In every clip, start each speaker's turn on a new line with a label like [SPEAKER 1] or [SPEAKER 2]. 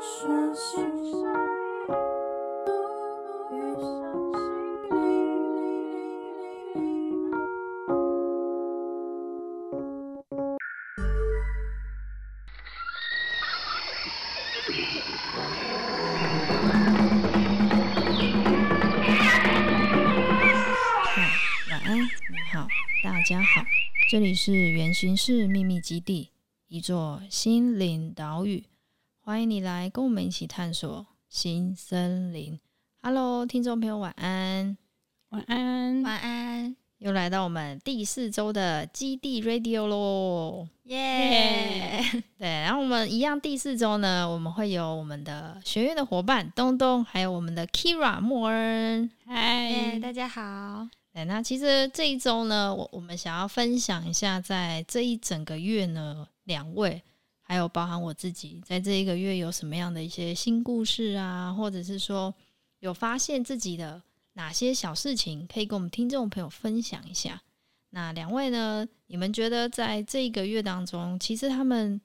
[SPEAKER 1] 双心相依，与相心灵。
[SPEAKER 2] 晚安，你嗯好，大家好，这里是圆形式秘密基地，一座心灵岛屿，欢迎你来跟我们一起探索新森林。Hello，听众朋友，晚安，
[SPEAKER 3] 晚安，
[SPEAKER 4] 晚安，
[SPEAKER 2] 又来到我们第四周的基地 Radio 喽。
[SPEAKER 4] 耶！
[SPEAKER 2] 对，然后我们一样第四周呢，我们会有我们的学院的伙伴东东，还有我们的 Kira 莫恩。
[SPEAKER 4] 耶，
[SPEAKER 3] 嗨，
[SPEAKER 4] 大家好。
[SPEAKER 2] 对，那其实这一周呢，我我们想要分享一下，在这一整个月呢，两位还有包含我自己，在这一个月有什么样的一些新故事啊，或者是说有发现自己的哪些小事情，可以跟我们听众朋友分享一下。那两位呢，你们觉得在这一个月当中，其实他们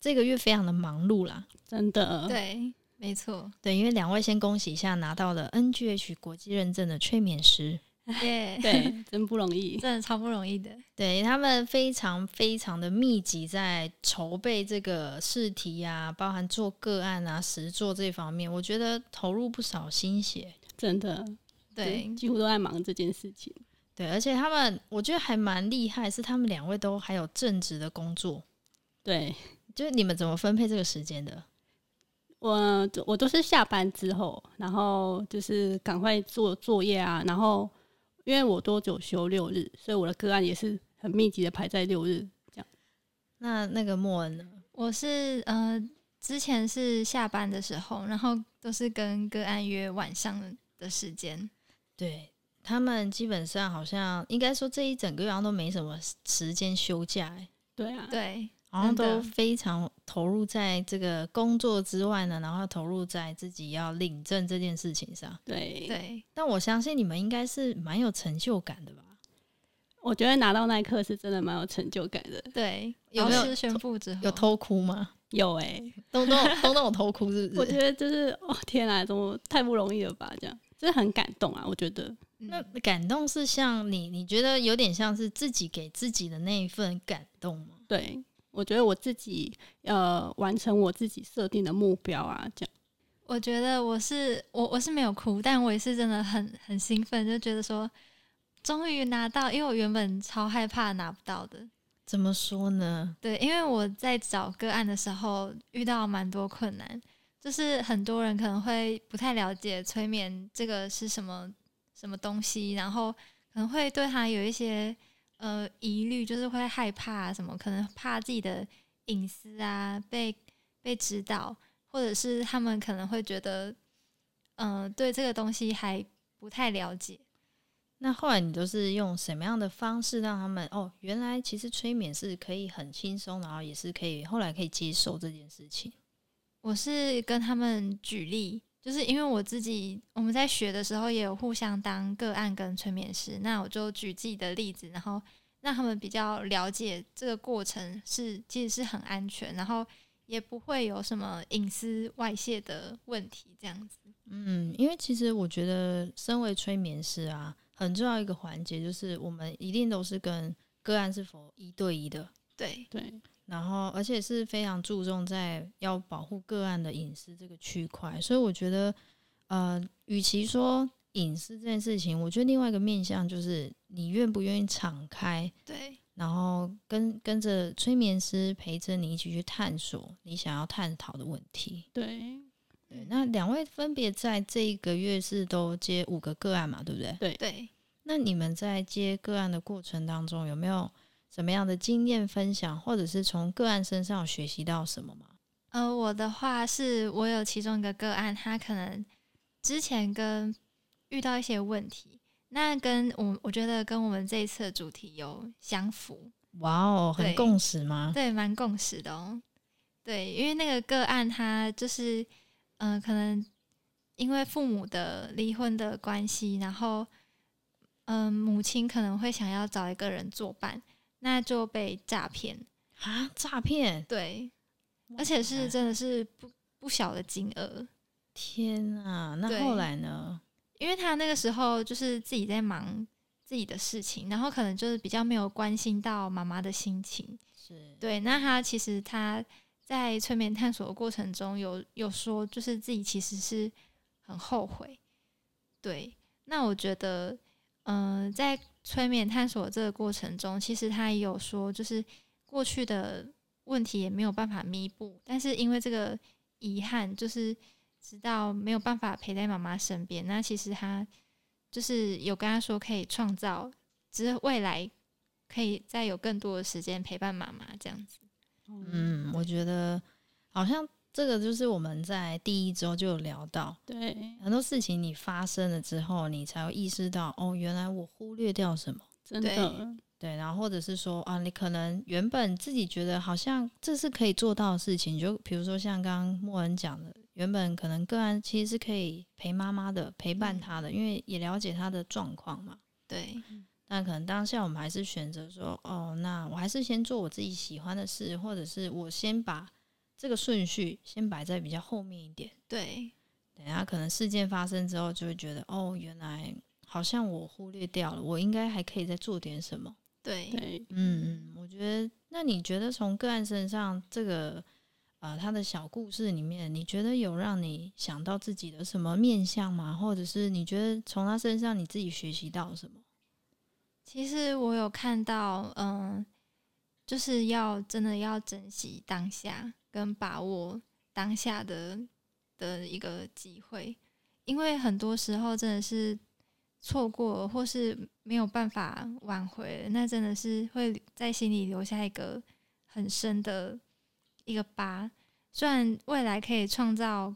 [SPEAKER 2] 这个月非常的忙碌啦，
[SPEAKER 3] 真的，，
[SPEAKER 2] 嗯
[SPEAKER 4] 对，没错，
[SPEAKER 2] 对，因为两位先恭喜一下拿到了 NGH 国际认证的催眠师。
[SPEAKER 4] 耶，
[SPEAKER 3] 对， 真不容易，
[SPEAKER 4] 真的超不容易的。
[SPEAKER 2] 对他们非常非常的密集在筹备这个试题啊，包含做个案啊、实做这方面，我觉得投入不少心血。
[SPEAKER 3] 真的，
[SPEAKER 4] 对，
[SPEAKER 3] 几乎都在忙这件事情，
[SPEAKER 2] 对，而且他们我觉得还蛮厉害，是他们两位都还有正职的工作。
[SPEAKER 3] 对
[SPEAKER 2] 就是你们怎么分配这个时间的？
[SPEAKER 3] 我，我都是下班之后，然后就是赶快做作业啊，然后因为我多久休六日，所以我的个案也是很密集的排在六日，
[SPEAKER 2] 那那个莫恩呢？
[SPEAKER 4] 我是呃，之前是下班的时候，然后都是跟个案约晚上的时间。
[SPEAKER 2] 对他们基本上好像应该说这一整个月好像都没什么时间休假、欸，
[SPEAKER 3] 对啊，
[SPEAKER 4] 对，
[SPEAKER 2] 好像
[SPEAKER 4] 真的
[SPEAKER 2] 都非常投入在这个工作之外呢，然后投入在自己要领证这件事情上。
[SPEAKER 3] 对，
[SPEAKER 4] 对，
[SPEAKER 2] 但我相信你们应该是蛮有成就感的吧？
[SPEAKER 3] 我觉得拿到那一刻是真的蛮有成就感的，
[SPEAKER 4] 对，
[SPEAKER 2] 有
[SPEAKER 4] 老
[SPEAKER 2] 没有
[SPEAKER 4] 师宣布之后
[SPEAKER 2] 有偷哭吗？
[SPEAKER 3] 有哎、
[SPEAKER 2] 东东东东有偷哭是不
[SPEAKER 3] 我觉
[SPEAKER 2] 是？
[SPEAKER 3] 得就是哦天啊，怎么太不容易了吧？这样真的很感动啊！我觉得
[SPEAKER 2] 那
[SPEAKER 4] 嗯
[SPEAKER 2] 感动是像你，你觉得有点像是自己给自己的那一份感动吗？
[SPEAKER 3] 对，我觉得我自己呃完成我自己设定的目标啊，这样
[SPEAKER 4] 我觉得我是我我是没有哭，但我也是真的很很兴奋，就觉得说终于拿到，因为我原本超害怕拿不到的。
[SPEAKER 2] 怎么说呢？
[SPEAKER 4] 对，因为我在找个案的时候遇到蛮多困难，就是很多人可能会不太了解催眠这个是什么什么东西，然后可能会对他有一些呃疑虑，就是会害怕啊什么，可能怕自己的隐私啊被被指导，或者是他们可能会觉得，嗯、对这个东西还不太了解。
[SPEAKER 2] 那后来你都是用什么样的方式让他们哦？原来其实催眠是可以很轻松，然后也是可以后来可以接受这件事情。
[SPEAKER 4] 我是跟他们举例，就是因为我自己我们在学的时候也有互相当个案跟催眠师，那我就举自己的例子，然后让他们比较了解这个过程是其实是很安全，然后也不会有什么隐私外泄的问题，这样子。
[SPEAKER 2] 嗯，因为其实我觉得，身为催眠师啊，很重要一个环节就是我们一定都是跟个案是否一对一的，
[SPEAKER 4] 对
[SPEAKER 3] 对
[SPEAKER 2] 然后而且是非常注重在要保护个案的隐私这个区块，所以我觉得，呃，与其说隐私这件事情，我觉得另外一个面向就是你愿不愿意敞开，
[SPEAKER 4] 对
[SPEAKER 2] 然后跟跟着催眠师陪着你一起去探索你想要探讨的问题。
[SPEAKER 3] 对
[SPEAKER 4] 嗯
[SPEAKER 2] 对，那两位分别在这一个月是都接五个个案嘛，对不对？
[SPEAKER 4] 对，
[SPEAKER 2] 那你们在接个案的过程当中，有没有什么样的经验分享，或者是从个案身上有学习到什么吗？
[SPEAKER 4] 呃，我的话是我有其中一个个案，他可能之前跟遇到一些问题，那跟我我觉得跟我们这一次的主题有相符，
[SPEAKER 2] 哇哦，很
[SPEAKER 4] 对
[SPEAKER 2] 共识吗？
[SPEAKER 4] 对，蛮共识的哦。对，因为那个个案他就是，嗯、可能因为父母的离婚的关系，然后，嗯、母亲可能会想要找一个人作伴，那就被诈骗。
[SPEAKER 2] 啊，诈骗，
[SPEAKER 4] 对，而且是真的是不不小的金额，
[SPEAKER 2] 天啊，那
[SPEAKER 4] 对
[SPEAKER 2] 后来呢？
[SPEAKER 4] 因为他那个时候就是自己在忙自己的事情，然后可能就是比较没有关心到妈妈的心情。
[SPEAKER 2] 是，
[SPEAKER 4] 对，那他其实他在催眠探索的过程中有有说，就是自己其实是很后悔。对，那我觉得，嗯、在催眠探索这个过程中，其实他也有说，就是过去的问题也没有办法弥补，但是因为这个遗憾，就是直到没有办法陪在妈妈身边，那其实他就是有跟他说可以创造，只是未来可以再有更多的时间陪伴妈妈这样子。
[SPEAKER 3] 嗯，
[SPEAKER 2] 嗯，我觉得好像这个就是我们在第一周就有聊到，
[SPEAKER 3] 对，
[SPEAKER 2] 很多事情你发生了之后，你才会意识到，哦，原来我忽略掉什么。
[SPEAKER 3] 真的，
[SPEAKER 2] 对，然后或者是说啊，你可能原本自己觉得好像这是可以做到的事情，就比如说像刚刚莫恩讲的，原本可能个案其实是可以陪妈妈的，陪伴她的，因为也了解她的状况嘛。
[SPEAKER 4] 对，
[SPEAKER 2] 但可能当下我们还是选择说，哦，那我还是先做我自己喜欢的事，或者是我先把这个顺序先摆在比较后面一点。
[SPEAKER 4] 对，
[SPEAKER 2] 等一下可能事件发生之后，就会觉得哦，原来好像我忽略掉了，我应该还可以再做点什么。
[SPEAKER 4] 对，
[SPEAKER 3] 对，
[SPEAKER 2] 嗯，嗯，我觉得，那你觉得从个案身上这个呃他的小故事里面，你觉得有让你想到自己的什么面相吗？或者是你觉得从他身上你自己学习到什么？
[SPEAKER 4] 其实我有看到，嗯，就是要真的要珍惜当下，跟把握当下的的一个机会，因为很多时候真的是错过或是没有办法挽回，那真的是会在心里留下一个很深的一个疤。虽然未来可以创造，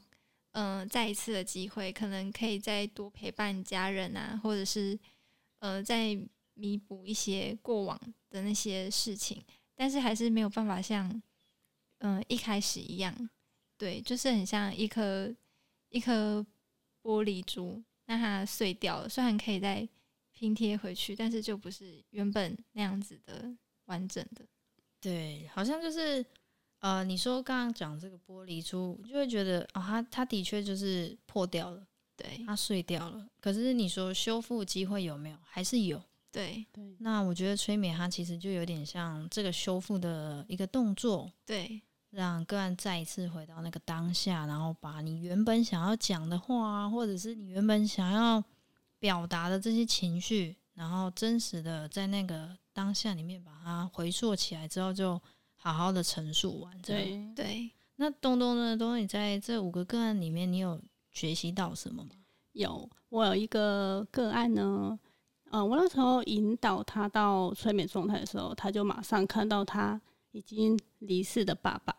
[SPEAKER 4] 嗯、再一次的机会，可能可以再多陪伴家人啊，或者是呃，再弥补一些过往的那些事情，但是还是没有办法像嗯、呃一开始一样，对，就是很像一颗一颗玻璃珠，那它碎掉了，虽然可以再拼贴回去，但是就不是原本那样子的完整的。
[SPEAKER 2] 对，好像就是呃，你说刚刚讲这个玻璃珠，就会觉得啊，它它的确就是破掉了，
[SPEAKER 4] 对
[SPEAKER 2] 它碎掉了。可是你说修复机会有没有？还是有。
[SPEAKER 4] 对
[SPEAKER 3] 对，
[SPEAKER 2] 那我觉得催眠它其实就有点像这个修复的一个动作，
[SPEAKER 4] 对
[SPEAKER 2] 让个案再一次回到那个当下，然后把你原本想要讲的话啊，或者是你原本想要表达的这些情绪，然后真实的在那个当下里面把它回溯起来之后，就好好的陈述完。这样，
[SPEAKER 3] 对，
[SPEAKER 4] 对，
[SPEAKER 2] 那东东呢？东东，你在这五个个案里面，你有学习到什么吗？
[SPEAKER 3] 有，我有一个个案呢，呃，我那时候引导他到催眠状态的时候，他就马上看到他已经离世的爸爸，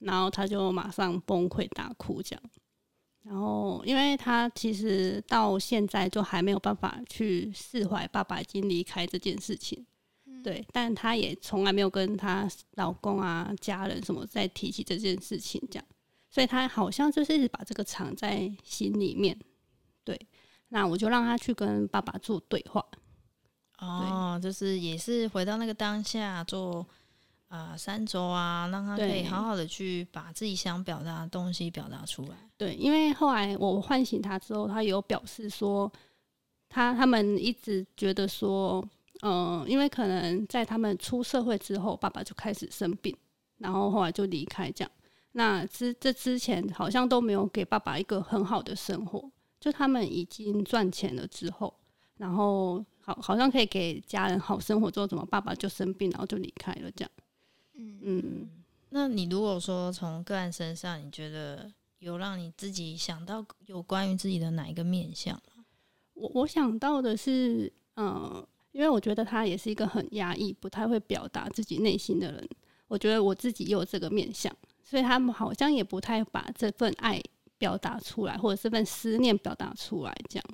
[SPEAKER 3] 然后他就马上崩溃大哭这样。然后，因为他其实到现在就还没有办法去释怀爸爸已经离开这件事情，
[SPEAKER 4] 嗯，
[SPEAKER 3] 对，但她也从来没有跟她老公啊、家人什么再提起这件事情，这样，所以她好像就是一直把这个藏在心里面。对，那我就让她去跟爸爸做对话，
[SPEAKER 2] 哦，就是也是回到那个当下做啊、呃三周啊，让他可以
[SPEAKER 3] 对
[SPEAKER 2] 好好的去把自己想表达的东西表达出来。
[SPEAKER 3] 对，因为后来我唤醒他之后，他有表示说，他他们一直觉得说，嗯、因为可能在他们出社会之后，爸爸就开始生病，然后后来就离开这样。那之这之前好像都没有给爸爸一个很好的生活，就他们已经赚钱了之后，然后好好像可以给家人好生活之后，怎么爸爸就生病，然后就离开了这样。
[SPEAKER 4] 嗯，
[SPEAKER 3] 嗯，
[SPEAKER 2] 那你如果说从个案身上，你觉得有让你自己想到有关于自己的哪一个面相？
[SPEAKER 3] 我我想到的是，呃，因为我觉得他也是一个很压抑、不太会表达自己内心的人。我觉得我自己也有这个面相，所以他们好像也不太把这份爱表达出来，或者这份思念表达出来，这样。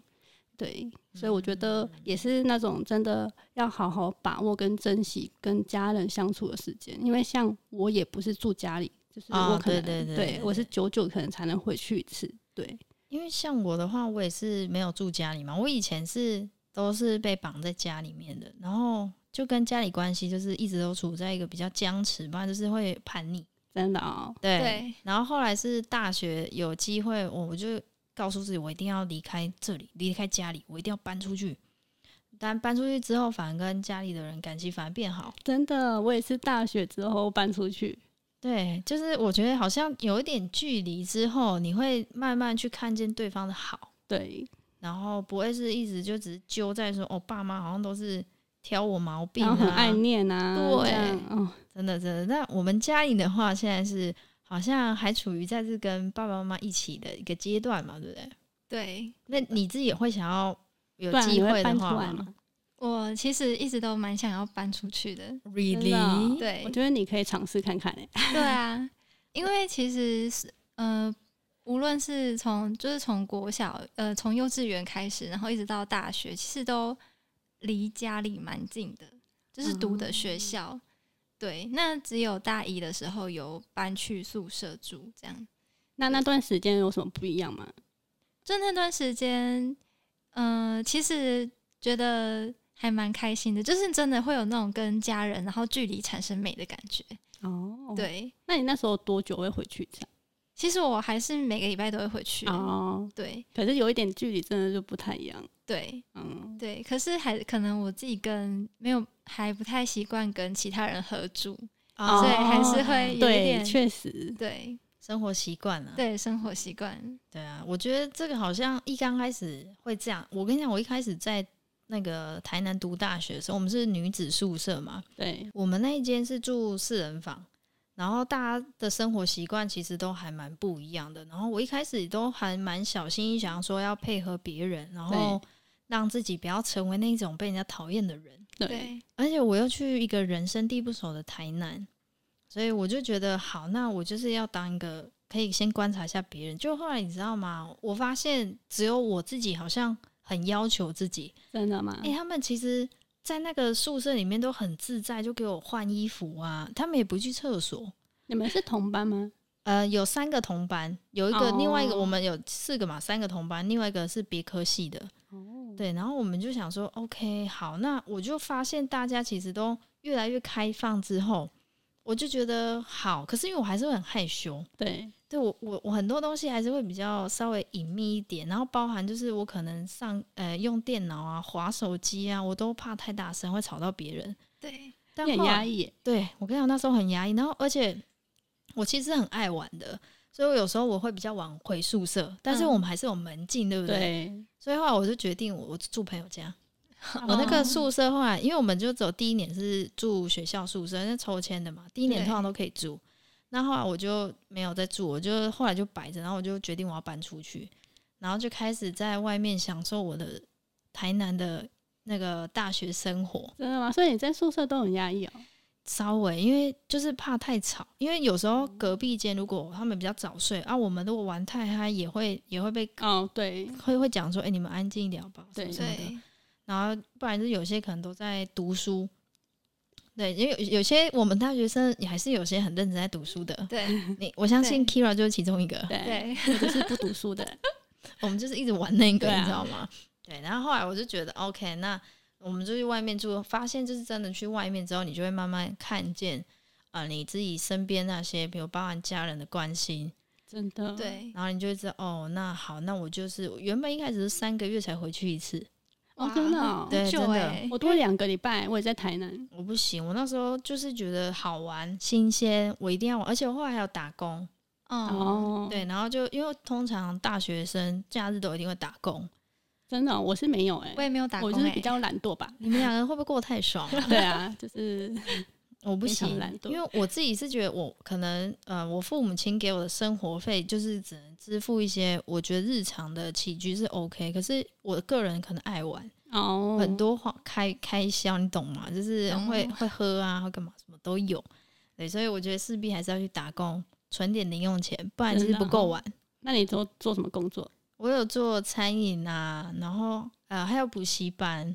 [SPEAKER 3] 对，所以我觉
[SPEAKER 2] 嗯
[SPEAKER 3] 得也是那种真的要好好把握跟珍惜跟家人相处的时间，因为像我也不是住家里，就是
[SPEAKER 2] 啊
[SPEAKER 3] 我可能、
[SPEAKER 2] 对对对对
[SPEAKER 3] 我是久久可能才能回去一次，对，
[SPEAKER 2] 因为像我的话，我也是没有住家里嘛，我以前是都是被绑在家里面的，然后就跟家里关系就是一直都处在一个比较僵持吧，不然就是会叛逆。
[SPEAKER 3] 真的哦，
[SPEAKER 2] 对。
[SPEAKER 4] 对，
[SPEAKER 2] 然后后来是大学有机会，我我就告诉自己，我一定要离开这里，离开家里，我一定要搬出去。但搬出去之后，反而跟家里的人感情反而变好。
[SPEAKER 3] 真的，我也是大学之后搬出去，
[SPEAKER 2] 对，就是我觉得好像有一点距离之后，你会慢慢去看见对方的好，
[SPEAKER 3] 对，
[SPEAKER 2] 然后不会是一直就只是揪在说，哦，爸妈好像都是挑我毛病、
[SPEAKER 3] 然
[SPEAKER 2] 啊，
[SPEAKER 3] 后很爱念啊，
[SPEAKER 2] 对
[SPEAKER 3] 这样哦，
[SPEAKER 2] 真的真的。那我们家里的话，现在是好像还处于在是跟爸爸妈妈一起的一个阶段嘛，对不对？
[SPEAKER 4] 对
[SPEAKER 2] 那你自己也会想要有
[SPEAKER 3] 不然
[SPEAKER 2] 机
[SPEAKER 3] 你
[SPEAKER 2] 会
[SPEAKER 3] 会
[SPEAKER 2] 的
[SPEAKER 3] 搬出
[SPEAKER 2] 话
[SPEAKER 3] 来
[SPEAKER 2] 吗
[SPEAKER 3] 吗？
[SPEAKER 4] 我其实一直都蛮想要搬出去的。
[SPEAKER 3] 真的哦
[SPEAKER 4] 对
[SPEAKER 3] 我觉得你可以尝试看看欸诶、
[SPEAKER 4] 对啊，因为其实是呃，无论是从就是从国小呃从幼稚园开始，然后一直到大学，其实都离家里蛮近的，就是读的学校。
[SPEAKER 3] 嗯
[SPEAKER 4] 对，那只有大一的时候有搬去宿舍住，这样。
[SPEAKER 3] 那那段时间有什么不一样吗？
[SPEAKER 4] 就那段时间，嗯、其实觉得还蛮开心的，就是真的会有那种跟家人然后距离产生美的感觉。
[SPEAKER 3] 哦，，
[SPEAKER 4] 对，
[SPEAKER 3] 那你那时候多久会回去一次
[SPEAKER 4] 其实我还是每个礼拜都会回去。
[SPEAKER 3] 啊？哦，
[SPEAKER 4] 对
[SPEAKER 3] 可是有一点距离，真的就不太一样，
[SPEAKER 4] 对
[SPEAKER 3] 嗯，
[SPEAKER 4] 对，可是还可能我自己跟没有还不太习惯跟其他人合住，
[SPEAKER 3] 哦
[SPEAKER 4] 所以还是会有一
[SPEAKER 3] 对，
[SPEAKER 4] 点
[SPEAKER 3] 确实，
[SPEAKER 4] 对
[SPEAKER 2] 生活习惯啊了。
[SPEAKER 4] 对生活习惯。
[SPEAKER 2] 对啊，我觉得这个好像一刚开始会这样。我跟你讲，我一开始在那个台南读大学的时候，我们是女子宿舍嘛，
[SPEAKER 3] 对，
[SPEAKER 2] 我们那一间是住四人房，然后大家的生活习惯其实都还蛮不一样的。然后我一开始都还蛮小心翼翼，想说要配合别人，然后让自己不要成为那种被人家讨厌的人。
[SPEAKER 3] 对，
[SPEAKER 4] 对
[SPEAKER 2] 而且我又去一个人生地不熟的台南，所以我就觉得好，那我就是要当一个可以先观察一下别人。就后来你知道吗？我发现只有我自己好像很要求自己。
[SPEAKER 3] 真的吗
[SPEAKER 2] 诶，？他们其实，在那个宿舍里面都很自在，就给我换衣服啊，他们也不去厕所。
[SPEAKER 3] 你们是同班吗？
[SPEAKER 2] 呃，有三个同班，有一个，另外一个
[SPEAKER 3] 哦
[SPEAKER 2] 我们有四个嘛，三个同班，另外一个是别科系的，
[SPEAKER 3] 哦，
[SPEAKER 2] 对，然后我们就想说，OK，好，那我就发现大家其实都越来越开放之后，我就觉得好，可是因为我还是会很害羞，
[SPEAKER 3] 对，
[SPEAKER 2] 对我我我很多东西还是会比较稍微隐秘一点，然后包含就是我可能上呃用电脑啊、划手机啊，我都怕太大声会吵到别人。
[SPEAKER 4] 对
[SPEAKER 2] 但
[SPEAKER 3] 你很
[SPEAKER 2] 后来
[SPEAKER 3] 压抑耶，欸
[SPEAKER 2] 对我跟你讲，那时候很压抑，然后而且我其实很爱玩的，所以我有时候我会比较晚回宿舍，但是
[SPEAKER 4] 嗯
[SPEAKER 2] 我们还是有门禁，对不对？
[SPEAKER 3] 对，
[SPEAKER 2] 所以后来我就决定我我住朋友家。
[SPEAKER 4] 哦
[SPEAKER 2] 我那
[SPEAKER 3] 哦
[SPEAKER 2] 个宿舍后来，因为我们就走第一年是住学校宿舍，那抽签的嘛，第一年
[SPEAKER 4] 对
[SPEAKER 2] 通常都可以住。那后来我就没有再住，我就后来就摆着，然后我就决定我要搬出去，然后就开始在外面享受我的台南的那个大学生活。
[SPEAKER 3] 真的吗？所以你在宿舍都很压抑哦。
[SPEAKER 2] 稍微因为就是怕太吵，因为有时候隔壁间如果他们比较早睡啊，我们如果玩太嗨也会也会被
[SPEAKER 3] 哦，对，
[SPEAKER 2] 会会讲说，哎、你们安静一点好不好？什么
[SPEAKER 3] 对
[SPEAKER 2] 什么的
[SPEAKER 4] 对
[SPEAKER 2] 然后不然就是有些可能都在读书，对，因为有有些我们大学生也还是有些很认真在读书 的。
[SPEAKER 4] 对
[SPEAKER 2] 你我相信
[SPEAKER 4] 对
[SPEAKER 2] Kira 就是其中一个，
[SPEAKER 3] 对，
[SPEAKER 4] 对，
[SPEAKER 3] 我就是不读 书的，
[SPEAKER 2] 我们就是一直玩那个，
[SPEAKER 3] 对啊
[SPEAKER 2] 你知道吗？ 对，然后后来我就觉得 OK，那我们就去外面住，发现就是真的去外面之后，你就会慢慢看见啊、呃你自己身边那些，比如包含家人的关心，
[SPEAKER 3] 真的，，
[SPEAKER 4] 对，
[SPEAKER 2] 然后你就会知道哦，那好，那我就是原本一开始是三个月才回去一次，
[SPEAKER 3] 哦
[SPEAKER 4] 哇，
[SPEAKER 3] 真的哦
[SPEAKER 2] 对
[SPEAKER 4] 很久
[SPEAKER 2] 真的
[SPEAKER 4] 欸
[SPEAKER 3] 我多两个礼拜，我也在台南，
[SPEAKER 2] 我不行，我那时候就是觉得好玩、新鲜，我一定要玩。而且我后来还有打工，
[SPEAKER 4] 哦，
[SPEAKER 3] 哦，，
[SPEAKER 2] 对，然后就因为通常大学生假日都一定会打 工。
[SPEAKER 3] 真的哦，我是没有哎
[SPEAKER 4] 我，也没有打
[SPEAKER 3] 我
[SPEAKER 4] 工
[SPEAKER 3] 就是
[SPEAKER 4] 欸
[SPEAKER 3] 比较懒 惰吧，
[SPEAKER 2] 你们两个人会不会过得太爽了、
[SPEAKER 3] 对啊，就是
[SPEAKER 2] 我不
[SPEAKER 3] 非常
[SPEAKER 2] 行
[SPEAKER 3] 懒，惰
[SPEAKER 2] 因为我自己是觉得我可能呃，我父母亲给我的生活费就是只能支付一些我觉得日常的起居是 OK，可是我个人可能爱玩，
[SPEAKER 3] 哦，
[SPEAKER 2] 很多花开开销，你懂吗？就是
[SPEAKER 4] 懂
[SPEAKER 2] 会会喝啊，会干嘛，什么都有。对，所以我觉得势必还是要去打工，存点零用钱，不然其实不够
[SPEAKER 3] 哦
[SPEAKER 2] 玩。
[SPEAKER 3] 那你都做什么工作？
[SPEAKER 2] 我有做餐饮啊，然后呃还有补习班，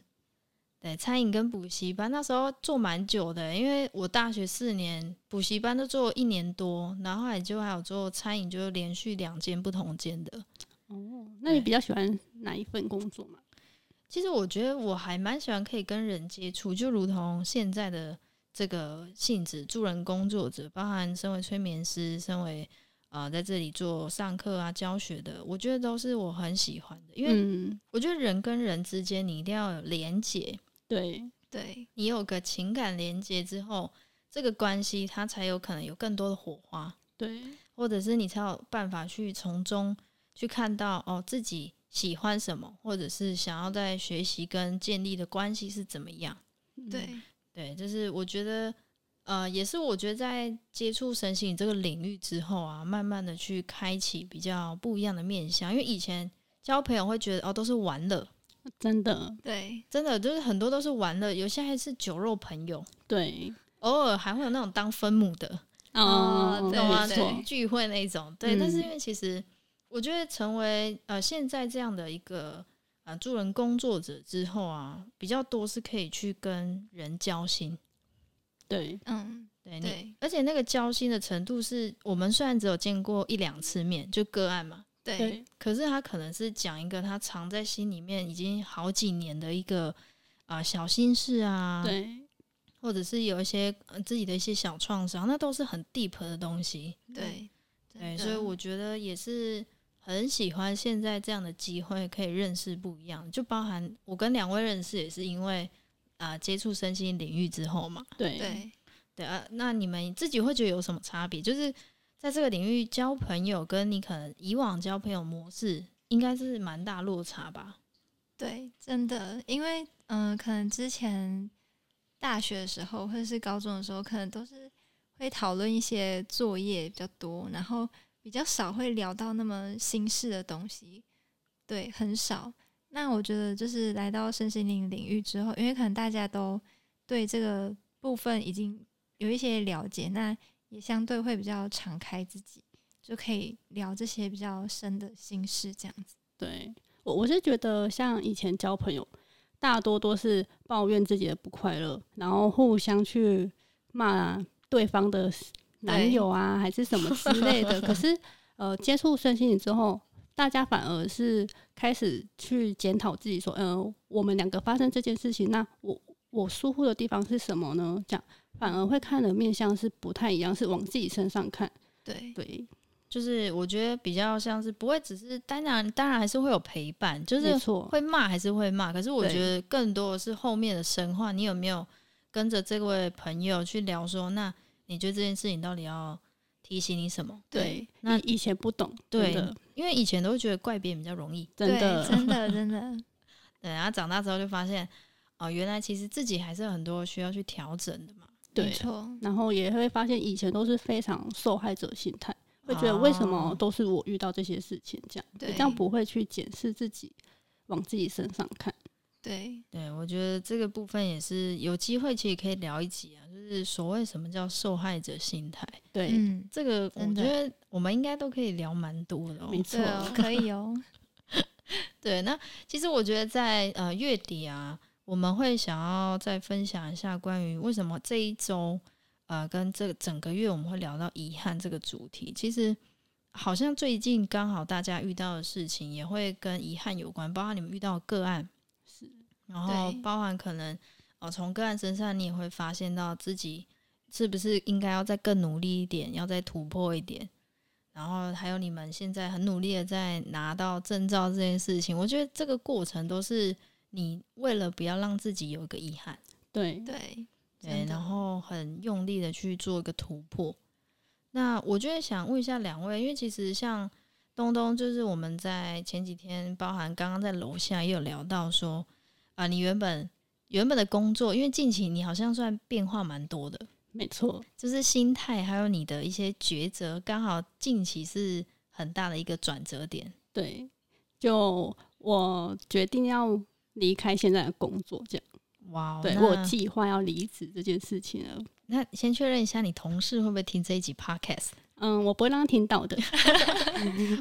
[SPEAKER 2] 对，餐饮跟补习班那时候做蛮久的，因为我大学四年补习班都做一年多，然后后来就还有做餐饮，就连续两间不同间的。
[SPEAKER 3] 哦，那你
[SPEAKER 2] 对
[SPEAKER 3] 比较喜欢哪一份工作嘛？
[SPEAKER 2] 其实我觉得我还蛮喜欢可以跟人接触，就如同现在的这个性质，助人工作者，包含身为催眠师，身为啊、呃在这里做上课啊教学的，我觉得都是我很喜欢的，因为
[SPEAKER 3] 嗯，
[SPEAKER 2] 我觉得人跟人之间你一定要有连结，
[SPEAKER 3] 对，
[SPEAKER 4] 对
[SPEAKER 2] 你有个情感连接之后，这个关系它才有可能有更多的火花，
[SPEAKER 3] 对，
[SPEAKER 2] 或者是你才有办法去从中去看到哦自己喜欢什么，或者是想要在学习跟建立的关系是怎么样。
[SPEAKER 3] 嗯
[SPEAKER 4] 对，
[SPEAKER 2] 对，就是我觉得，呃，也是我觉得在接触身心灵这个领域之后啊，慢慢的去开启比较不一样的面向。因为以前交朋友会觉得哦都是玩乐，
[SPEAKER 3] 真的，
[SPEAKER 4] 对
[SPEAKER 2] 真的就是很多都是玩乐，有些还是酒肉朋友，
[SPEAKER 3] 对，
[SPEAKER 2] 偶尔还会有那种当分母的，
[SPEAKER 4] 哦
[SPEAKER 3] 嗯
[SPEAKER 4] 对
[SPEAKER 2] 懂吗？
[SPEAKER 3] 没
[SPEAKER 4] 对
[SPEAKER 3] 错，
[SPEAKER 2] 聚会那一种，对。但是
[SPEAKER 3] 嗯
[SPEAKER 2] 因为其实我觉得成为呃现在这样的一个呃助人工作者之后啊，比较多是可以去跟人交心。
[SPEAKER 3] 对，
[SPEAKER 4] 嗯
[SPEAKER 2] 对你
[SPEAKER 4] 对
[SPEAKER 2] 而且那个交心的程度是，我们虽然只有见过一两次面，就个案嘛，
[SPEAKER 4] 对
[SPEAKER 3] 对，
[SPEAKER 2] 可是他可能是讲一个他藏在心里面已经好几年的一个啊、呃小心事啊，，
[SPEAKER 3] 对，
[SPEAKER 2] 或者是有一些、呃自己的一些小创伤，那都是很 deep 的东西。
[SPEAKER 4] 对
[SPEAKER 2] 对，
[SPEAKER 4] 真的
[SPEAKER 2] 所以我觉得也是很喜欢现在这样的机会，可以认识不一样，就包含我跟两位认识也是因为啊、呃接触身心领域之后嘛，
[SPEAKER 3] 对，
[SPEAKER 4] 对
[SPEAKER 2] 对啊，那你们自己会觉得有什么差别？就是在这个领域交朋友，跟你可能以往交朋友模式，应该是蛮大落差吧？
[SPEAKER 4] 对，真的，因为嗯、呃可能之前大学的时候或者是高中的时候，可能都是会讨论一些作业比较多，然后比较少会聊到那么心事的东西，对，很少。那我觉得就是来到身心灵领域之后，因为可能大家都对这个部分已经有一些了解，那也相对会比较敞开自己，就可以聊这些比较深的心事，这样子。
[SPEAKER 3] 对我我是觉得，像以前交朋友，大多都是抱怨自己的不快乐，然后互相去骂对方的 s- 男
[SPEAKER 4] 对
[SPEAKER 3] 友啊，还是什么之类的。可是，呃，接触身心灵之后，大家反而是开始去检讨自己，说，嗯、我们两个发生这件事情，那我我疏忽的地方是什么呢？这样反而会看的面向是不太一样，是往自己身上看。
[SPEAKER 4] 对
[SPEAKER 3] 对，
[SPEAKER 2] 就是我觉得比较像是不会只是当然，当然还是会有陪伴，就
[SPEAKER 3] 没
[SPEAKER 2] 是
[SPEAKER 3] 错，
[SPEAKER 2] 会骂还是会骂，可是我
[SPEAKER 3] 对
[SPEAKER 2] 觉得更多的是后面的深化。你有没有跟着这位朋友去聊说，那你觉得这件事情到底要提醒你什么？
[SPEAKER 3] 对。
[SPEAKER 2] 那
[SPEAKER 3] 以以前不懂，
[SPEAKER 2] 对
[SPEAKER 3] 真的，
[SPEAKER 2] 因为以前都会觉得怪别人比较容易，
[SPEAKER 3] 真的，
[SPEAKER 4] 对真的，真的，
[SPEAKER 2] 对，然后长大之后就发现，哦、原来其实自己还是有很多需要去调整的嘛。
[SPEAKER 3] 对
[SPEAKER 4] 没错，
[SPEAKER 3] 然后也会发现以前都是非常受害者心态，会
[SPEAKER 2] 啊
[SPEAKER 3] 觉得为什
[SPEAKER 2] 哦
[SPEAKER 3] 么都是我遇到这些事情这样，
[SPEAKER 4] 对，
[SPEAKER 3] 这样不会去检视自己，往自己身上看。
[SPEAKER 4] 对，
[SPEAKER 2] 对，我觉得这个部分也是有机会，其实可以聊一集啊，就是所谓什么叫受害者心态，
[SPEAKER 3] 对，
[SPEAKER 4] 嗯，
[SPEAKER 2] 这个我
[SPEAKER 4] 真的
[SPEAKER 2] 觉得我们应该都可以聊蛮多的、哦。
[SPEAKER 3] 没错
[SPEAKER 4] 对，哦，可以哦，
[SPEAKER 2] 对，那其实我觉得在呃月底啊，我们会想要再分享一下关于为什么这一周呃跟这整个月我们会聊到遗憾这个主题。其实好像最近刚好大家遇到的事情也会跟遗憾有关，包括你们遇到的个案，
[SPEAKER 3] 是
[SPEAKER 2] 然后
[SPEAKER 4] 对
[SPEAKER 2] 包含可能哦从、个案身上你也会发现到自己是不是应该要再更努力一点，要再突破一点。然后还有你们现在很努力的在拿到证照这件事情，我觉得这个过程都是你为了不要让自己有一个遗憾，
[SPEAKER 3] 对，
[SPEAKER 4] 对，
[SPEAKER 2] 对，
[SPEAKER 4] 真的
[SPEAKER 2] 然后很用力的去做一个突破。那我就会想问一下两位，因为其实像东东，就是我们在前几天，包含刚刚在楼下也有聊到说，啊、你原本原本的工作，因为近期你好像算变化蛮多的，
[SPEAKER 3] 没错，
[SPEAKER 2] 就是心态还有你的一些抉择，刚好近期是很大的一个转折点。
[SPEAKER 3] 对，就我决定要离开现在的工作，这样，
[SPEAKER 2] 哇、哦，
[SPEAKER 3] 对
[SPEAKER 2] 那
[SPEAKER 3] 我有计划要离职这件事情了。
[SPEAKER 2] 那先确认一下，你同事会不会听这一集 podcast
[SPEAKER 3] 嗯，我不会让他听到的。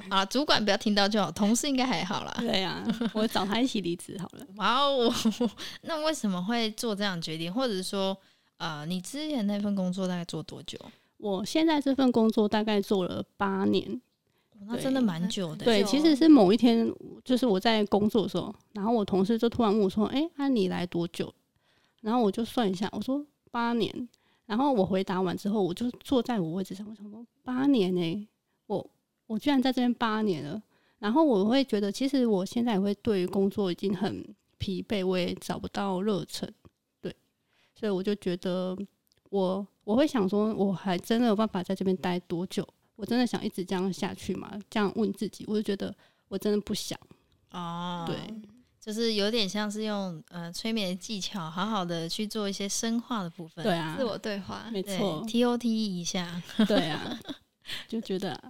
[SPEAKER 2] 啊？主管不要听到就好，同事应该还好啦。
[SPEAKER 3] 对呀、我找他一起离职好了。
[SPEAKER 2] 哇哦， 那为什么会做这样的决定？或者是说，呃，你之前那份工作大概做多久？
[SPEAKER 3] 我现在这份工作大概做了八年，
[SPEAKER 2] 那真的蛮久的。
[SPEAKER 3] 对，
[SPEAKER 4] 久
[SPEAKER 3] 其
[SPEAKER 4] 哦
[SPEAKER 3] 实是某一天，就是我在工作的时候，然后我啊同事就突然问我说：“哎、那你来多久？”然后我就算一下，我说八年。然后我回答完之后，我就坐在我位置上，我想说八年呢、我我居然在这边八年了。然后我会觉得，其实我现在也会对于工作已经很疲惫，我也找不到热忱，对，所以我就觉得我我会想说，我还真的有办法在这边待多久？我真的想一直这样下去吗？这样问自己，我就觉得我真的不想。
[SPEAKER 4] 嗯
[SPEAKER 2] 哦，
[SPEAKER 3] 对，
[SPEAKER 2] 就是有点像是用呃催眠的技巧，好好的去做一些深化的部分，
[SPEAKER 3] 对啊
[SPEAKER 4] 自，我对话，
[SPEAKER 3] 没
[SPEAKER 2] 对
[SPEAKER 3] 错，
[SPEAKER 2] ，TOT E 一下，
[SPEAKER 3] 对啊，就觉得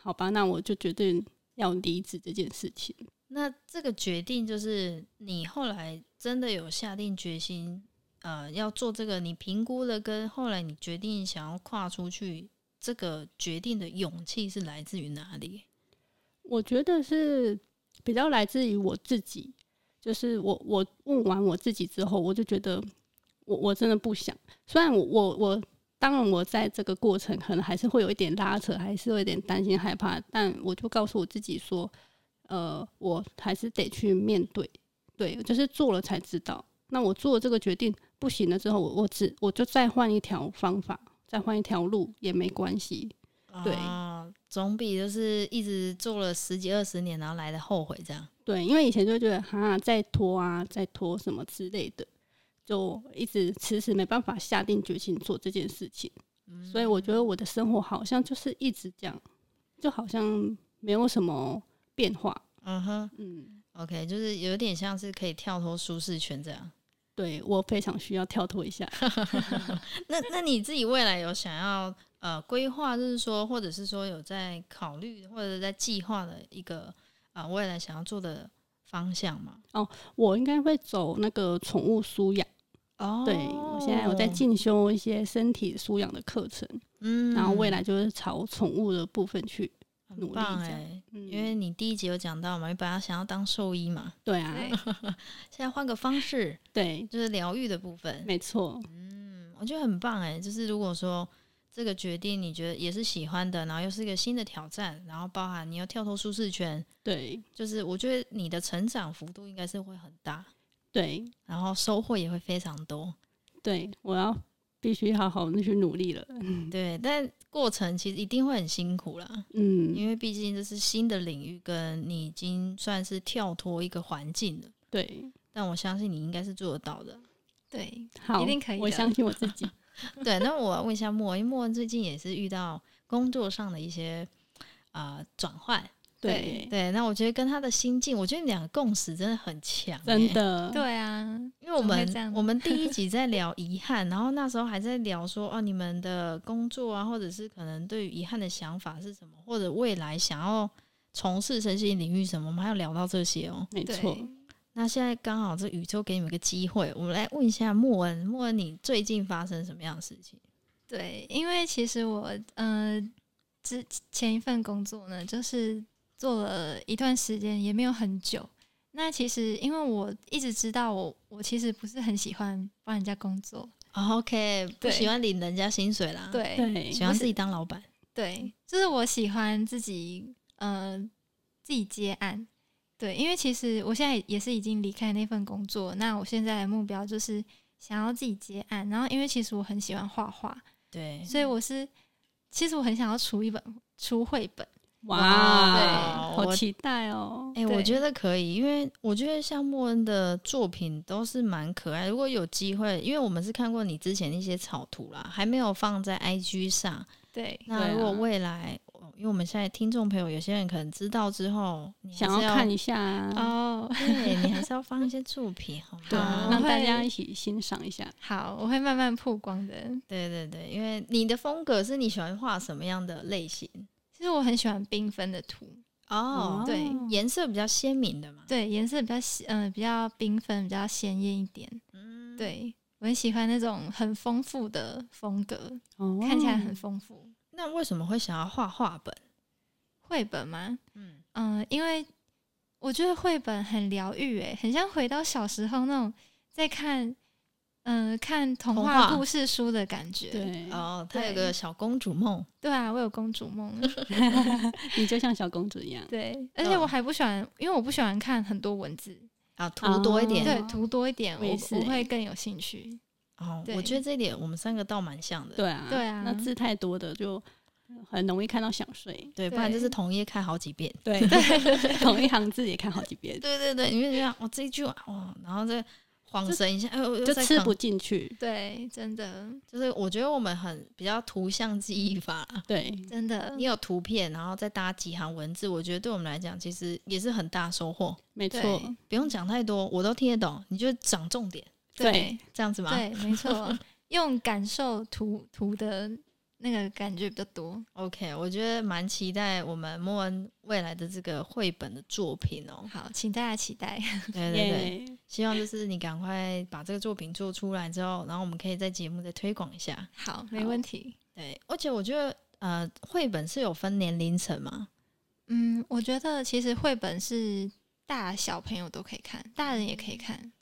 [SPEAKER 3] 好吧，那我就决定要离职这件事情。
[SPEAKER 2] 那这个决定就是你后来真的有下定决心，呃，要做这个，你评估了跟后来你决定想要跨出去，这个决定的勇气是来自于哪里？
[SPEAKER 3] 我觉得是比较来自于我自己，就是我我问完我自己之后，我就觉得我我真的不想。虽然我我我当然我在这个过程可能还是会有一点拉扯，还是会有一点担心害怕，但我就告诉我自己说，呃，我还是得去面对。对，就是做了才知道。那我做这个决定不行了之后，我我只我就再换一条方法，再换一条路也没关系。对
[SPEAKER 2] 啊总比就是一直做了十几二十年，然后来的后悔这样。
[SPEAKER 3] 对，因为以前就觉得哈再拖啊，再拖什么之类的，就一直迟迟没办法下定决心做这件事情。所以我觉得我的生活好像就是一直这样，就好像没有什么变化。
[SPEAKER 2] 嗯哼
[SPEAKER 3] 嗯，
[SPEAKER 2] ，OK，就是有点像是可以跳脱舒适圈这样。
[SPEAKER 3] 对我非常需要跳脱一下。
[SPEAKER 2] 那那你自己未来有想要呃规划，就是说，或者是说有在考虑或者在计划的一个啊、呃未来想要做的方向吗？
[SPEAKER 3] 我应该会走那个宠物舒养，
[SPEAKER 2] 哦
[SPEAKER 3] 对我现在有在，进修一些身体舒养的课程，
[SPEAKER 2] 嗯
[SPEAKER 3] 然后未来就是朝宠物的部分去。
[SPEAKER 2] 很
[SPEAKER 3] 努力
[SPEAKER 2] 棒
[SPEAKER 3] 这
[SPEAKER 2] 哎、
[SPEAKER 3] 样嗯，
[SPEAKER 2] 因为你第一集有讲到嘛，你本来想要当兽医嘛，
[SPEAKER 3] 对啊，
[SPEAKER 4] 对，
[SPEAKER 2] 现在换个方式，
[SPEAKER 3] 对，
[SPEAKER 2] 就是疗愈的部分。
[SPEAKER 3] 没错，
[SPEAKER 2] 嗯，我觉得很棒哎、就是如果说这个决定你觉得也是喜欢的，然后又是一个新的挑战，然后包含你又跳脱舒适圈，
[SPEAKER 3] 对
[SPEAKER 2] 就是我觉得你的成长幅度应该是会很大，
[SPEAKER 3] 对。
[SPEAKER 2] 然后收获也会非常多。
[SPEAKER 3] 对，我要必须好好的去努力了。
[SPEAKER 2] 对，但过程其实一定会很辛苦啦，
[SPEAKER 3] 嗯，
[SPEAKER 2] 因为毕竟这是新的领域，跟你已经算是跳脱一个环境了。
[SPEAKER 3] 对，
[SPEAKER 2] 但我相信你应该是做得到的。
[SPEAKER 4] 对，
[SPEAKER 3] 好，
[SPEAKER 4] 定可以
[SPEAKER 3] 我
[SPEAKER 4] 的
[SPEAKER 3] 相信我自己。
[SPEAKER 2] 对，那我问一下莫，因为莫恩最近也是遇到工作上的一些啊转换，
[SPEAKER 3] 对，
[SPEAKER 2] 对，那我觉得跟他的心境，我觉得你们两个共识真的很强、
[SPEAKER 3] 真
[SPEAKER 2] 欸。
[SPEAKER 3] 的，
[SPEAKER 4] 对啊，
[SPEAKER 2] 因为我
[SPEAKER 4] 怎么会
[SPEAKER 2] 们
[SPEAKER 4] 这样
[SPEAKER 2] 我们第一集 在聊遗憾，然后那时候还在聊说哦，你们的工作啊，或者是可能对于遗憾的想法是什么，或者未来想要从事身心领域什么，我们还有聊到这些哦。
[SPEAKER 3] 没
[SPEAKER 4] 对，
[SPEAKER 3] 错。
[SPEAKER 2] 那现在刚好这宇宙给你们一个机会，我们来问一下莫恩，莫恩你最近发生什么样的事情？
[SPEAKER 4] 对，因为其实我呃之前一份工作呢，就是做了一段时间，也没有很久。那其实因为我一直知道我我其实不是很喜欢帮人家工作，
[SPEAKER 2] o k 哦不
[SPEAKER 4] 对
[SPEAKER 2] 喜欢领人家薪水
[SPEAKER 3] 啊
[SPEAKER 2] 啦，，
[SPEAKER 4] 对
[SPEAKER 3] 对，
[SPEAKER 2] 喜欢自己当老板，
[SPEAKER 4] 对，就是我喜欢自己呃自己接案。对，因为其实我现在也是已经离开那份工作，那我现在的目标就是想要自己接案。然后，因为其实我很喜欢画画，
[SPEAKER 2] 对，
[SPEAKER 4] 所以我是其实我很想要出一本出绘本。
[SPEAKER 3] 哇，
[SPEAKER 2] 对
[SPEAKER 3] 好
[SPEAKER 2] 我
[SPEAKER 3] 期待哦。
[SPEAKER 2] 哎、我
[SPEAKER 4] 对
[SPEAKER 2] 觉得可以，因为我觉得像莫恩的作品都是蛮可爱。如果有机会，因为我们是看过你之前的一些草图啦，还没有放在 IG 上。
[SPEAKER 4] 对
[SPEAKER 2] 那
[SPEAKER 3] 对
[SPEAKER 2] 如果
[SPEAKER 3] 啊
[SPEAKER 2] 未来，哦因为我们现在听众朋友有些人可能知道之后，你哎还
[SPEAKER 3] 想
[SPEAKER 2] 是
[SPEAKER 3] 要
[SPEAKER 2] 要
[SPEAKER 3] 看一下啊，
[SPEAKER 4] 哦，
[SPEAKER 2] 对你还是要放一些作品，好吗？
[SPEAKER 3] 对啊，
[SPEAKER 4] 好
[SPEAKER 3] 让大
[SPEAKER 4] 会
[SPEAKER 3] 家一起欣赏一下。
[SPEAKER 4] 好，我会慢慢曝光的。
[SPEAKER 2] 对对对，因为你的风格是你喜欢画什么样的类型？
[SPEAKER 4] 其实我很喜欢缤纷的图，
[SPEAKER 2] 哦，
[SPEAKER 4] 对
[SPEAKER 2] 颜色比较鲜明的嘛。
[SPEAKER 4] 对，颜色比较喜嗯、比较缤纷，比较鲜艳一点。
[SPEAKER 2] 嗯，
[SPEAKER 4] 对我很喜欢那种很丰富的风格，
[SPEAKER 3] 哦
[SPEAKER 4] 看起来很丰富。
[SPEAKER 2] 那为什么会想要画画本？
[SPEAKER 4] 绘本吗？
[SPEAKER 2] 嗯，
[SPEAKER 4] 嗯、因为我觉得绘本很疗愈，诶，很像回到小时候那种在看嗯、看童
[SPEAKER 2] 童
[SPEAKER 4] 话
[SPEAKER 2] 话
[SPEAKER 4] 故事书的感觉。
[SPEAKER 3] 对，
[SPEAKER 2] 哦，她有
[SPEAKER 4] 对
[SPEAKER 2] 个小公主梦。
[SPEAKER 4] 对啊，我有公主梦。
[SPEAKER 3] 你就像小公主一 样。
[SPEAKER 4] 对，而且我
[SPEAKER 2] 嗯
[SPEAKER 4] 还不喜欢，因为我不喜欢看很多文字，
[SPEAKER 2] 啊，图多一点。
[SPEAKER 3] 哦
[SPEAKER 4] 对，图多一点，
[SPEAKER 3] 我
[SPEAKER 4] 我
[SPEAKER 3] 也是
[SPEAKER 4] 我
[SPEAKER 3] 欸
[SPEAKER 4] 会更有兴趣。
[SPEAKER 2] 哦，
[SPEAKER 4] 对
[SPEAKER 2] 我觉得这一点我们三个倒蛮像的，
[SPEAKER 3] 对啊，
[SPEAKER 4] 对啊
[SPEAKER 3] 那字太多的就很容易看到想睡。
[SPEAKER 2] 对，不然就是
[SPEAKER 4] 对
[SPEAKER 2] 同业看好几遍。
[SPEAKER 3] 对， 同一行字也看好几遍，
[SPEAKER 2] 对对对，你会觉得哦这一句话哦，然后再晃神一下，哎，我又
[SPEAKER 3] 就
[SPEAKER 2] 在
[SPEAKER 3] 吃
[SPEAKER 2] 看
[SPEAKER 3] 不进去。
[SPEAKER 4] 对，真的
[SPEAKER 2] 就是我觉得我们很比较图像记忆法，
[SPEAKER 3] 对，
[SPEAKER 4] 真的
[SPEAKER 2] 你，有图片，然后再搭几行文字，我觉得对我们来讲其实也是很大收获。
[SPEAKER 3] 没错，
[SPEAKER 4] 对
[SPEAKER 2] 不用讲太多，我都听得懂，你就讲重点，
[SPEAKER 4] 对
[SPEAKER 2] 这样子吗？
[SPEAKER 4] 对，没 错，用感受图图的那个感觉比较多。
[SPEAKER 2] OK，我觉得蛮期待我们莫恩未来的这个绘本的作品哦。
[SPEAKER 4] 好，请大家期待。
[SPEAKER 2] 对对对，
[SPEAKER 3] 耶
[SPEAKER 2] 希望就是你赶快把这个作品做出来之后，然后我们可以在节目再推广一下。
[SPEAKER 4] 好，没问题。
[SPEAKER 2] 对，而且我觉得呃，绘本是有分年龄层嘛，
[SPEAKER 4] 嗯，我觉得其实绘本是大小朋友都可以看，大人也可以看。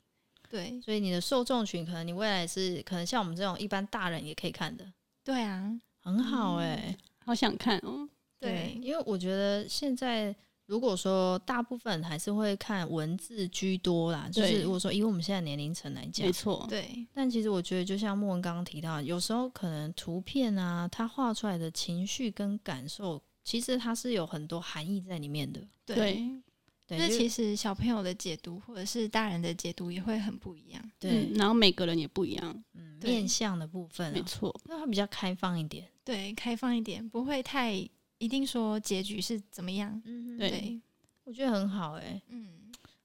[SPEAKER 4] 对，
[SPEAKER 2] 所以你的受众群可能你未来是可能像我们这种一般大人也可以看的，
[SPEAKER 4] 对啊，
[SPEAKER 2] 很
[SPEAKER 3] 嗯
[SPEAKER 2] 好哎、
[SPEAKER 3] 好想看哦。
[SPEAKER 4] 对，
[SPEAKER 2] 因为我觉得现在如果说大部分还是会看文字居多啦，就是
[SPEAKER 3] 对
[SPEAKER 2] 如果说以我们现在年龄层来讲
[SPEAKER 3] 没，错，
[SPEAKER 4] 对，
[SPEAKER 2] 但其实我觉得，就像莫文刚刚提到，有时候可能图片啊，它画出来的情绪跟感受，其实它是有很多含义在里面的。
[SPEAKER 4] 对，
[SPEAKER 2] 对，
[SPEAKER 4] 就是
[SPEAKER 2] 就
[SPEAKER 4] 其实小朋友的解读或者是大人的解读也会很不一样。
[SPEAKER 2] 对
[SPEAKER 3] 嗯，，然后每个人也不一样，
[SPEAKER 2] 嗯，
[SPEAKER 4] 对
[SPEAKER 2] 面向的部分、
[SPEAKER 3] 没
[SPEAKER 2] 啊，
[SPEAKER 3] 错，
[SPEAKER 2] 那它比较开放一点。
[SPEAKER 4] 对，开放一点，不会太一定说结局是怎么样。
[SPEAKER 2] 嗯，
[SPEAKER 3] 对
[SPEAKER 4] 对，
[SPEAKER 2] 我觉得很好哎、
[SPEAKER 4] 嗯，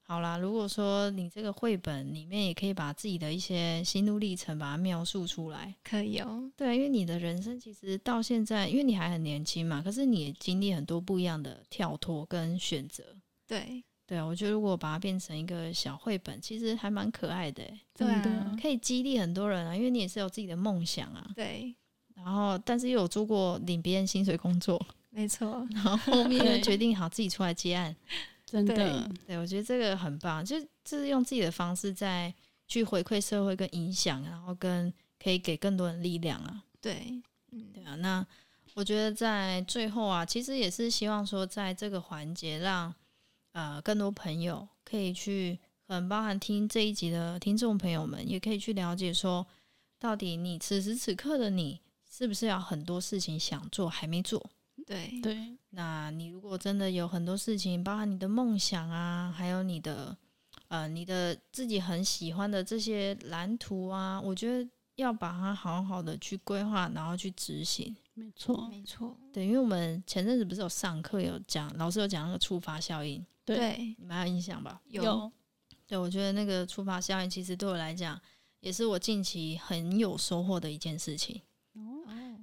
[SPEAKER 2] 好啦，如果说你这个绘本里面也可以把自己的一些心路历程把它描述出来，
[SPEAKER 4] 可以哦。
[SPEAKER 2] 对啊，因为你的人生其实到现在，因为你还很年轻嘛，可是你也经历很多不一样的跳脱跟选择。
[SPEAKER 4] 对，
[SPEAKER 2] 对啊，我觉得如果把它变成一个小绘本，其实还蛮可爱的欸，
[SPEAKER 3] 真
[SPEAKER 4] 对啊
[SPEAKER 3] 的
[SPEAKER 2] 可以激励很多人啊。因为你也是有自己的梦想啊，
[SPEAKER 4] 对，
[SPEAKER 2] 然后但是又有做过领别人薪水工作，
[SPEAKER 4] 没错，
[SPEAKER 2] 然后后面又
[SPEAKER 3] 对
[SPEAKER 2] 决定好自己出来接案。
[SPEAKER 3] 真的，
[SPEAKER 2] 对，我觉得这个很棒，就是就是用自己的方式在去回馈社会跟影响，然后跟可以给更多人力量啊。
[SPEAKER 4] 对，嗯，
[SPEAKER 2] 对啊，那我觉得在最后啊，其实也是希望说，在这个环节让呃更多朋友可以去，嗯，包含听这一集的听众朋友们，也可以去了解说，到底你此时此刻的你是不是有很多事情想做还没做？
[SPEAKER 4] 对，
[SPEAKER 3] 对，
[SPEAKER 2] 那你如果真的有很多事情，包含你的梦想啊，还有你的呃你的自己很喜欢的这些蓝图啊，我觉得要把它好好的去规划，然后去执行。
[SPEAKER 3] 没错，
[SPEAKER 4] 没错，
[SPEAKER 2] 对，因为我们前阵子不是有上课有讲，老师有讲那个触发效应，
[SPEAKER 3] 对
[SPEAKER 4] 对，
[SPEAKER 2] 你们还有印象吧？
[SPEAKER 4] 有，哦
[SPEAKER 2] 对，我觉得那个触发效应其实对我来讲，也是我近期很有收获的一件事情。
[SPEAKER 4] 哦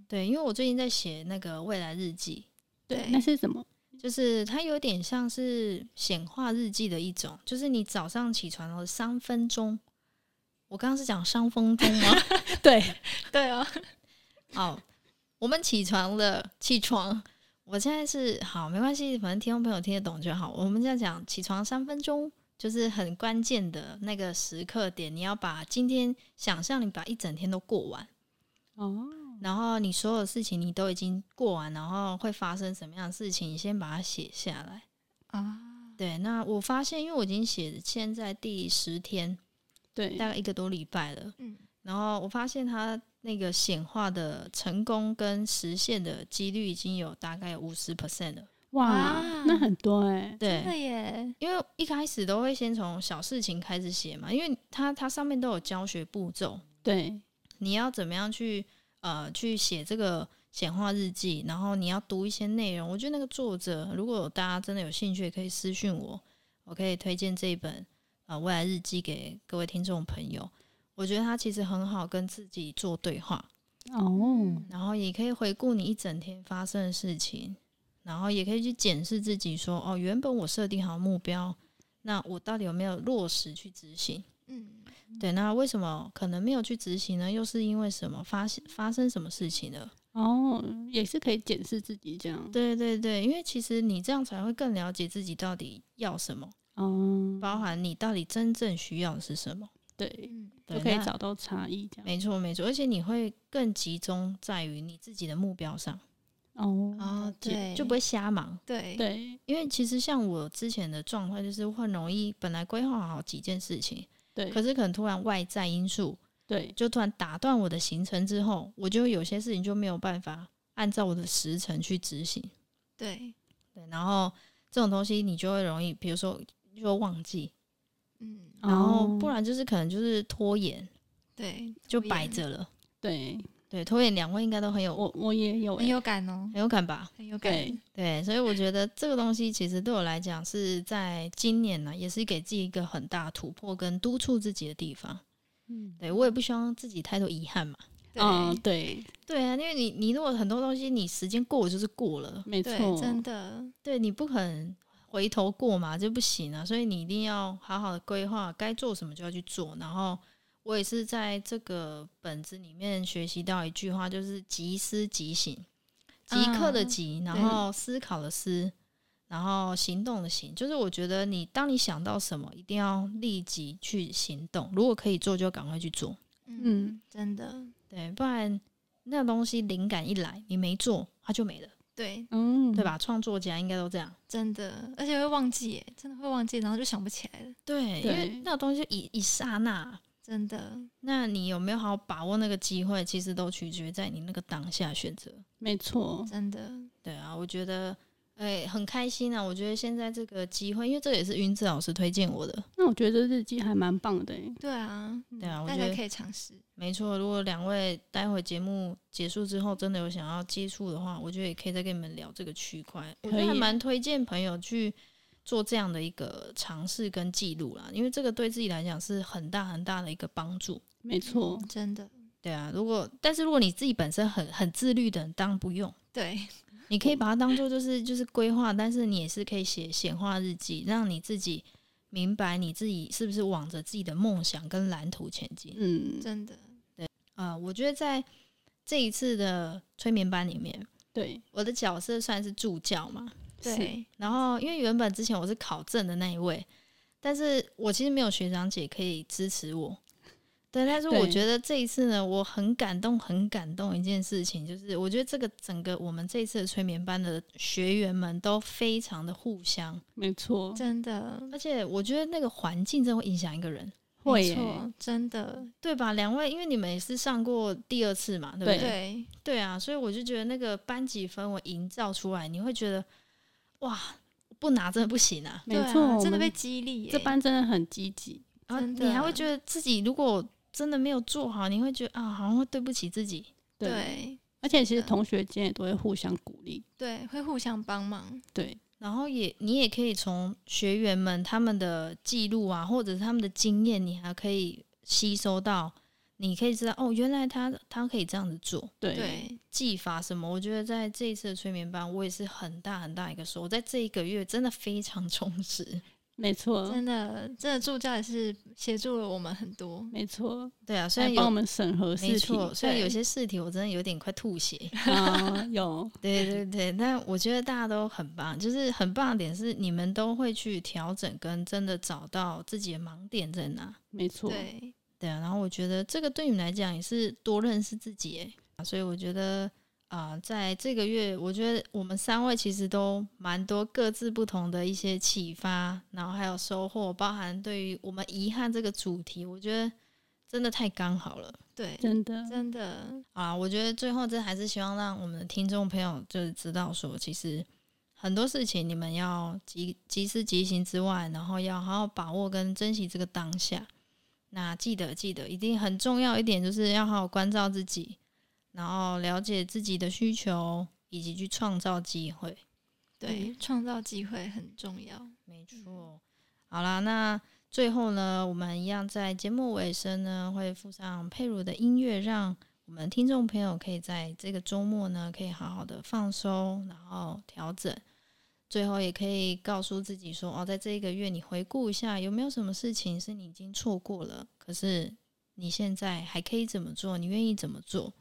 [SPEAKER 2] 对，因为我最近在写那个未来日记，
[SPEAKER 4] 对
[SPEAKER 3] 那是什么？
[SPEAKER 2] 就是它有点像是显化日记的一种，就是你早上起床后三分钟，我刚刚是讲三分钟吗？
[SPEAKER 3] 对，
[SPEAKER 4] 对哦，
[SPEAKER 2] 好，哦我们起床了，起床。我现在是好，没关系，反正听众朋友听得懂就好。我们这样讲，起床三分钟就是很关键的那个时刻点，你要把今天想象你把一整天都过完，
[SPEAKER 3] 哦，
[SPEAKER 2] 然后你所有事情你都已经过完，然后会发生什么样的事情，你先把它写下来。
[SPEAKER 4] 啊，
[SPEAKER 2] 对，那我发现，因为我已经写现在第十天，
[SPEAKER 3] 对，
[SPEAKER 2] 大概一个多礼拜了，
[SPEAKER 4] 嗯，
[SPEAKER 2] 然后我发现它那个显化的成功跟实现的几率已经有大概五十 percent 了。
[SPEAKER 3] 哇
[SPEAKER 4] 啊，
[SPEAKER 3] 那很多哎，
[SPEAKER 4] 真的
[SPEAKER 2] 对，
[SPEAKER 4] 耶，
[SPEAKER 2] 因为一开始都会先从小事情开始写嘛，因为它它上面都有教学步骤，
[SPEAKER 3] 对，
[SPEAKER 2] 你要怎么样去呃去写这个显化日记，然后你要读一些内容。我觉得那个作者，如果大家真的有兴趣，也可以私讯我，我可以推荐这一本呃未来日记给各位听众朋友。我觉得它其实很好跟自己做对话，
[SPEAKER 3] 哦，
[SPEAKER 2] 然后也可以回顾你一整天发生的事情，然后也可以去检视自己说，哦，原本我设定好目标，那我到底有没有落实去执行？
[SPEAKER 4] 嗯，
[SPEAKER 2] 对，那为什么可能没有去执行呢？又是因为什么发现发生什么事情了？
[SPEAKER 3] 哦，也是可以检视自己这样，
[SPEAKER 2] 对对对，因为其实你这样才会更了解自己到底要什么，
[SPEAKER 3] 哦，
[SPEAKER 2] 包含你到底真正需要的是什么。
[SPEAKER 3] 对，
[SPEAKER 4] 嗯，
[SPEAKER 2] 对
[SPEAKER 3] 就可以
[SPEAKER 2] 那
[SPEAKER 3] 找到差异这样，
[SPEAKER 2] 没错没错，而且你会更集中在于你自己的目标上，
[SPEAKER 3] 哦，
[SPEAKER 4] 哦，对，
[SPEAKER 2] 就不会瞎忙。
[SPEAKER 4] 对，
[SPEAKER 3] 对
[SPEAKER 2] 因为其实像我之前的状态，就是会很容易本来规划好几件事情，
[SPEAKER 3] 对，
[SPEAKER 2] 可是可能突然外在因素
[SPEAKER 3] 对，
[SPEAKER 2] 就突然打断我的行程之后，我就有些事情就没有办法按照我的时程去执行。
[SPEAKER 4] 对，
[SPEAKER 2] 对，然后这种东西你就会容易，比如说就会忘记，
[SPEAKER 4] 嗯，
[SPEAKER 2] 然后
[SPEAKER 3] 哦
[SPEAKER 2] 不然就是可能就是拖延，
[SPEAKER 4] 对，
[SPEAKER 2] 就
[SPEAKER 4] 拖延
[SPEAKER 2] 摆，着了。
[SPEAKER 3] 对
[SPEAKER 2] 对，拖延两位应该都很有
[SPEAKER 3] 我我也有、
[SPEAKER 4] 很
[SPEAKER 3] 欸，
[SPEAKER 4] 有感哦，
[SPEAKER 2] 很有感吧？
[SPEAKER 4] 很有感，
[SPEAKER 3] 对
[SPEAKER 2] 对，所以我觉得这个东西其实对我来讲是在今年呢、也是给自己一个很大突破跟督促自己的地方。
[SPEAKER 3] 嗯
[SPEAKER 2] 对我也不希望自己太多遗憾嘛。
[SPEAKER 4] 对
[SPEAKER 3] 嗯，对，
[SPEAKER 2] 对啊，因为你你如果很多东西你时间过了就是过了，
[SPEAKER 3] 没错，
[SPEAKER 4] 对，真的，
[SPEAKER 2] 对你不肯回头过嘛，这不行啊。所以你一定要好好的规划，该做什么就要去做。然后我也是在这个本子里面学习到一句话，就是急思急行，即刻的
[SPEAKER 4] 嗯
[SPEAKER 2] 急，然
[SPEAKER 4] 对
[SPEAKER 2] 后思考的思，然后行动的行。就是我觉得你当你想到什么，一定要立即去行动。如果可以做，就赶快去做。
[SPEAKER 3] 嗯
[SPEAKER 4] 嗯，真的，
[SPEAKER 2] 对，不然那东西灵感一来，你没做，它就没了，
[SPEAKER 4] 对，
[SPEAKER 3] 嗯，
[SPEAKER 2] 对？吧？创作家应该都这样。
[SPEAKER 4] 真的，而且会忘记耶，真的会忘记，然后就想不起来了，
[SPEAKER 2] 对，因
[SPEAKER 3] 对
[SPEAKER 2] 为那东西一一刹那，
[SPEAKER 4] 真的，
[SPEAKER 2] 那你有没有好好把握那个机会，其实都取决在你那个当下选择。
[SPEAKER 3] 没错，
[SPEAKER 4] 真的，
[SPEAKER 2] 对啊，我觉得，哎、很开心啊！我觉得现在这个机会，因为这也是云志老师推荐我的。
[SPEAKER 3] 那我觉得这日记还蛮棒的、欸，
[SPEAKER 4] 对啊，
[SPEAKER 2] 对啊，我
[SPEAKER 4] 大
[SPEAKER 2] 觉
[SPEAKER 4] 家
[SPEAKER 2] 得
[SPEAKER 4] 可以尝试，
[SPEAKER 2] 没错。如果两位待会节目结束之后，真的有想要接触的话，我觉得也可以再跟你们聊这个区块。我觉
[SPEAKER 3] 可
[SPEAKER 2] 得
[SPEAKER 3] 以啊
[SPEAKER 2] 还
[SPEAKER 3] 耶
[SPEAKER 2] 蛮推荐朋友去做这样的一个尝试跟记录啦，因为这个对自己来讲是很大很大的一个帮助。
[SPEAKER 3] 没错，
[SPEAKER 4] 嗯真的，
[SPEAKER 2] 对啊，如果但是如果你自己本身很很自律的人，当然不用。
[SPEAKER 4] 对，
[SPEAKER 2] 你可以把它当做就是就是规划，但是你也是可以写显化日记，让你自己明白你自己是不是往着自己的梦想跟蓝图前进。
[SPEAKER 3] 嗯，
[SPEAKER 4] 真的，
[SPEAKER 2] 啊、我觉得在这一次的催眠班里面，
[SPEAKER 3] 对，
[SPEAKER 2] 我的角色算是助教嘛。
[SPEAKER 4] 对，
[SPEAKER 2] 然后因为原本之前我是考证的那一位，但是我其实没有学长姐可以支持我。对，但是我
[SPEAKER 3] 对
[SPEAKER 2] 觉得这一次呢，我很感动，很感动一件事情，就是我觉得这个整个我们这一次的催眠班的学员们都非常的互相，
[SPEAKER 3] 没错，
[SPEAKER 4] 真的，
[SPEAKER 2] 而且我觉得那个环境真的会影响一个人，
[SPEAKER 3] 会、
[SPEAKER 4] 没
[SPEAKER 3] 欸，
[SPEAKER 4] 错，真的，
[SPEAKER 2] 对吧？两位，因为你们也是上过第二次嘛，对不对？
[SPEAKER 3] 对
[SPEAKER 4] 对，
[SPEAKER 2] 对啊，所以我就觉得那个班级氛围营造出来，你会觉得哇，不拿真的不行啊。
[SPEAKER 3] 没
[SPEAKER 4] 对啊
[SPEAKER 3] 错，我
[SPEAKER 4] 真的
[SPEAKER 3] 们
[SPEAKER 4] 被激励耶，
[SPEAKER 3] 这班真的很积极，
[SPEAKER 2] 然后
[SPEAKER 4] 真
[SPEAKER 2] 啊你还会
[SPEAKER 4] 的
[SPEAKER 2] 觉得自己如果真的没有做好，你会觉得啊，好像会对不起自己。
[SPEAKER 3] 对，
[SPEAKER 4] 对
[SPEAKER 3] 而且其实
[SPEAKER 4] 的
[SPEAKER 3] 同学间也都会互相鼓励，
[SPEAKER 4] 对，会互相帮忙，
[SPEAKER 3] 对，
[SPEAKER 2] 然后也你也可以从学员们他们的记录啊，或者是他们的经验，你还可以吸收到，你可以知道哦，原来他他可以这样子做。
[SPEAKER 3] 对，
[SPEAKER 4] 对，
[SPEAKER 2] 技法什么？我觉得在这一次的催眠班，我也是很大很大一个收获。在这一个月真的非常充实。
[SPEAKER 3] 没错，
[SPEAKER 4] 真的，真的助教也是协助了我们很多，
[SPEAKER 3] 没错，
[SPEAKER 2] 对啊，虽
[SPEAKER 3] 来
[SPEAKER 2] 然
[SPEAKER 3] 帮我
[SPEAKER 2] 有
[SPEAKER 3] 们审核
[SPEAKER 2] 没
[SPEAKER 3] 事情，
[SPEAKER 2] 错，哦虽然有
[SPEAKER 4] 对
[SPEAKER 2] 些试题我真的有点快吐血。
[SPEAKER 3] 啊，有，
[SPEAKER 2] 对对对，但我觉得大家都很棒，就是很棒的点是你们都会去调整，跟真的找到自己的盲点在哪。
[SPEAKER 3] 没错，
[SPEAKER 4] 对，
[SPEAKER 2] 对啊，然后我觉得这个对你们来讲也是多认识自己耶，啊所以我觉得啊、在这个月，我觉得我们三位其实都蛮多各自不同的一些启发，然后还有收获，包含对于我们遗憾这个主题，我觉得真的太刚好了。
[SPEAKER 4] 对，
[SPEAKER 3] 真的，
[SPEAKER 4] 真的，
[SPEAKER 2] 啊，我觉得最后这还是希望让我们的听众朋友就是知道说，其实很多事情你们要及及时及行之外，然后要好好把握跟珍惜这个当下。那记得记得，一定很重要一点就是要好好关照自己，然后了解自己的需求，以及去创造机会。
[SPEAKER 4] 对，创造机会很重要，
[SPEAKER 2] 没错。好啦，那最后呢，我们一样在节目尾声呢，会附上佩如的音乐，让我们听众朋友可以在这个周末呢，可以好好的放松，然后调整。最后也可以告诉自己说，哦，在这一个月你回顾一下，有没有什么事情是你已经错过了，可是你现在还可以怎么做？你愿意怎么做？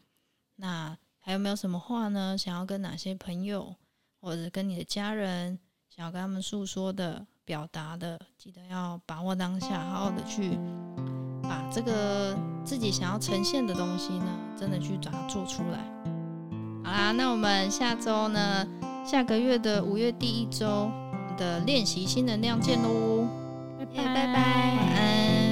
[SPEAKER 2] 那还有没有什么话呢？想要跟哪些朋友，或者跟你的家人，想要跟他们诉说的、表达的，记得要把握当下，
[SPEAKER 3] 嗯
[SPEAKER 2] 好好的去把这个自己想要呈现的东西呢，真的去把它做出来。好啦，那我们下周呢，下个月的五月第一周，我们的练习新能量见喽，
[SPEAKER 3] 拜
[SPEAKER 4] 耶拜拜
[SPEAKER 2] 晚安。
[SPEAKER 1] Mm-hmm. Ah, ah,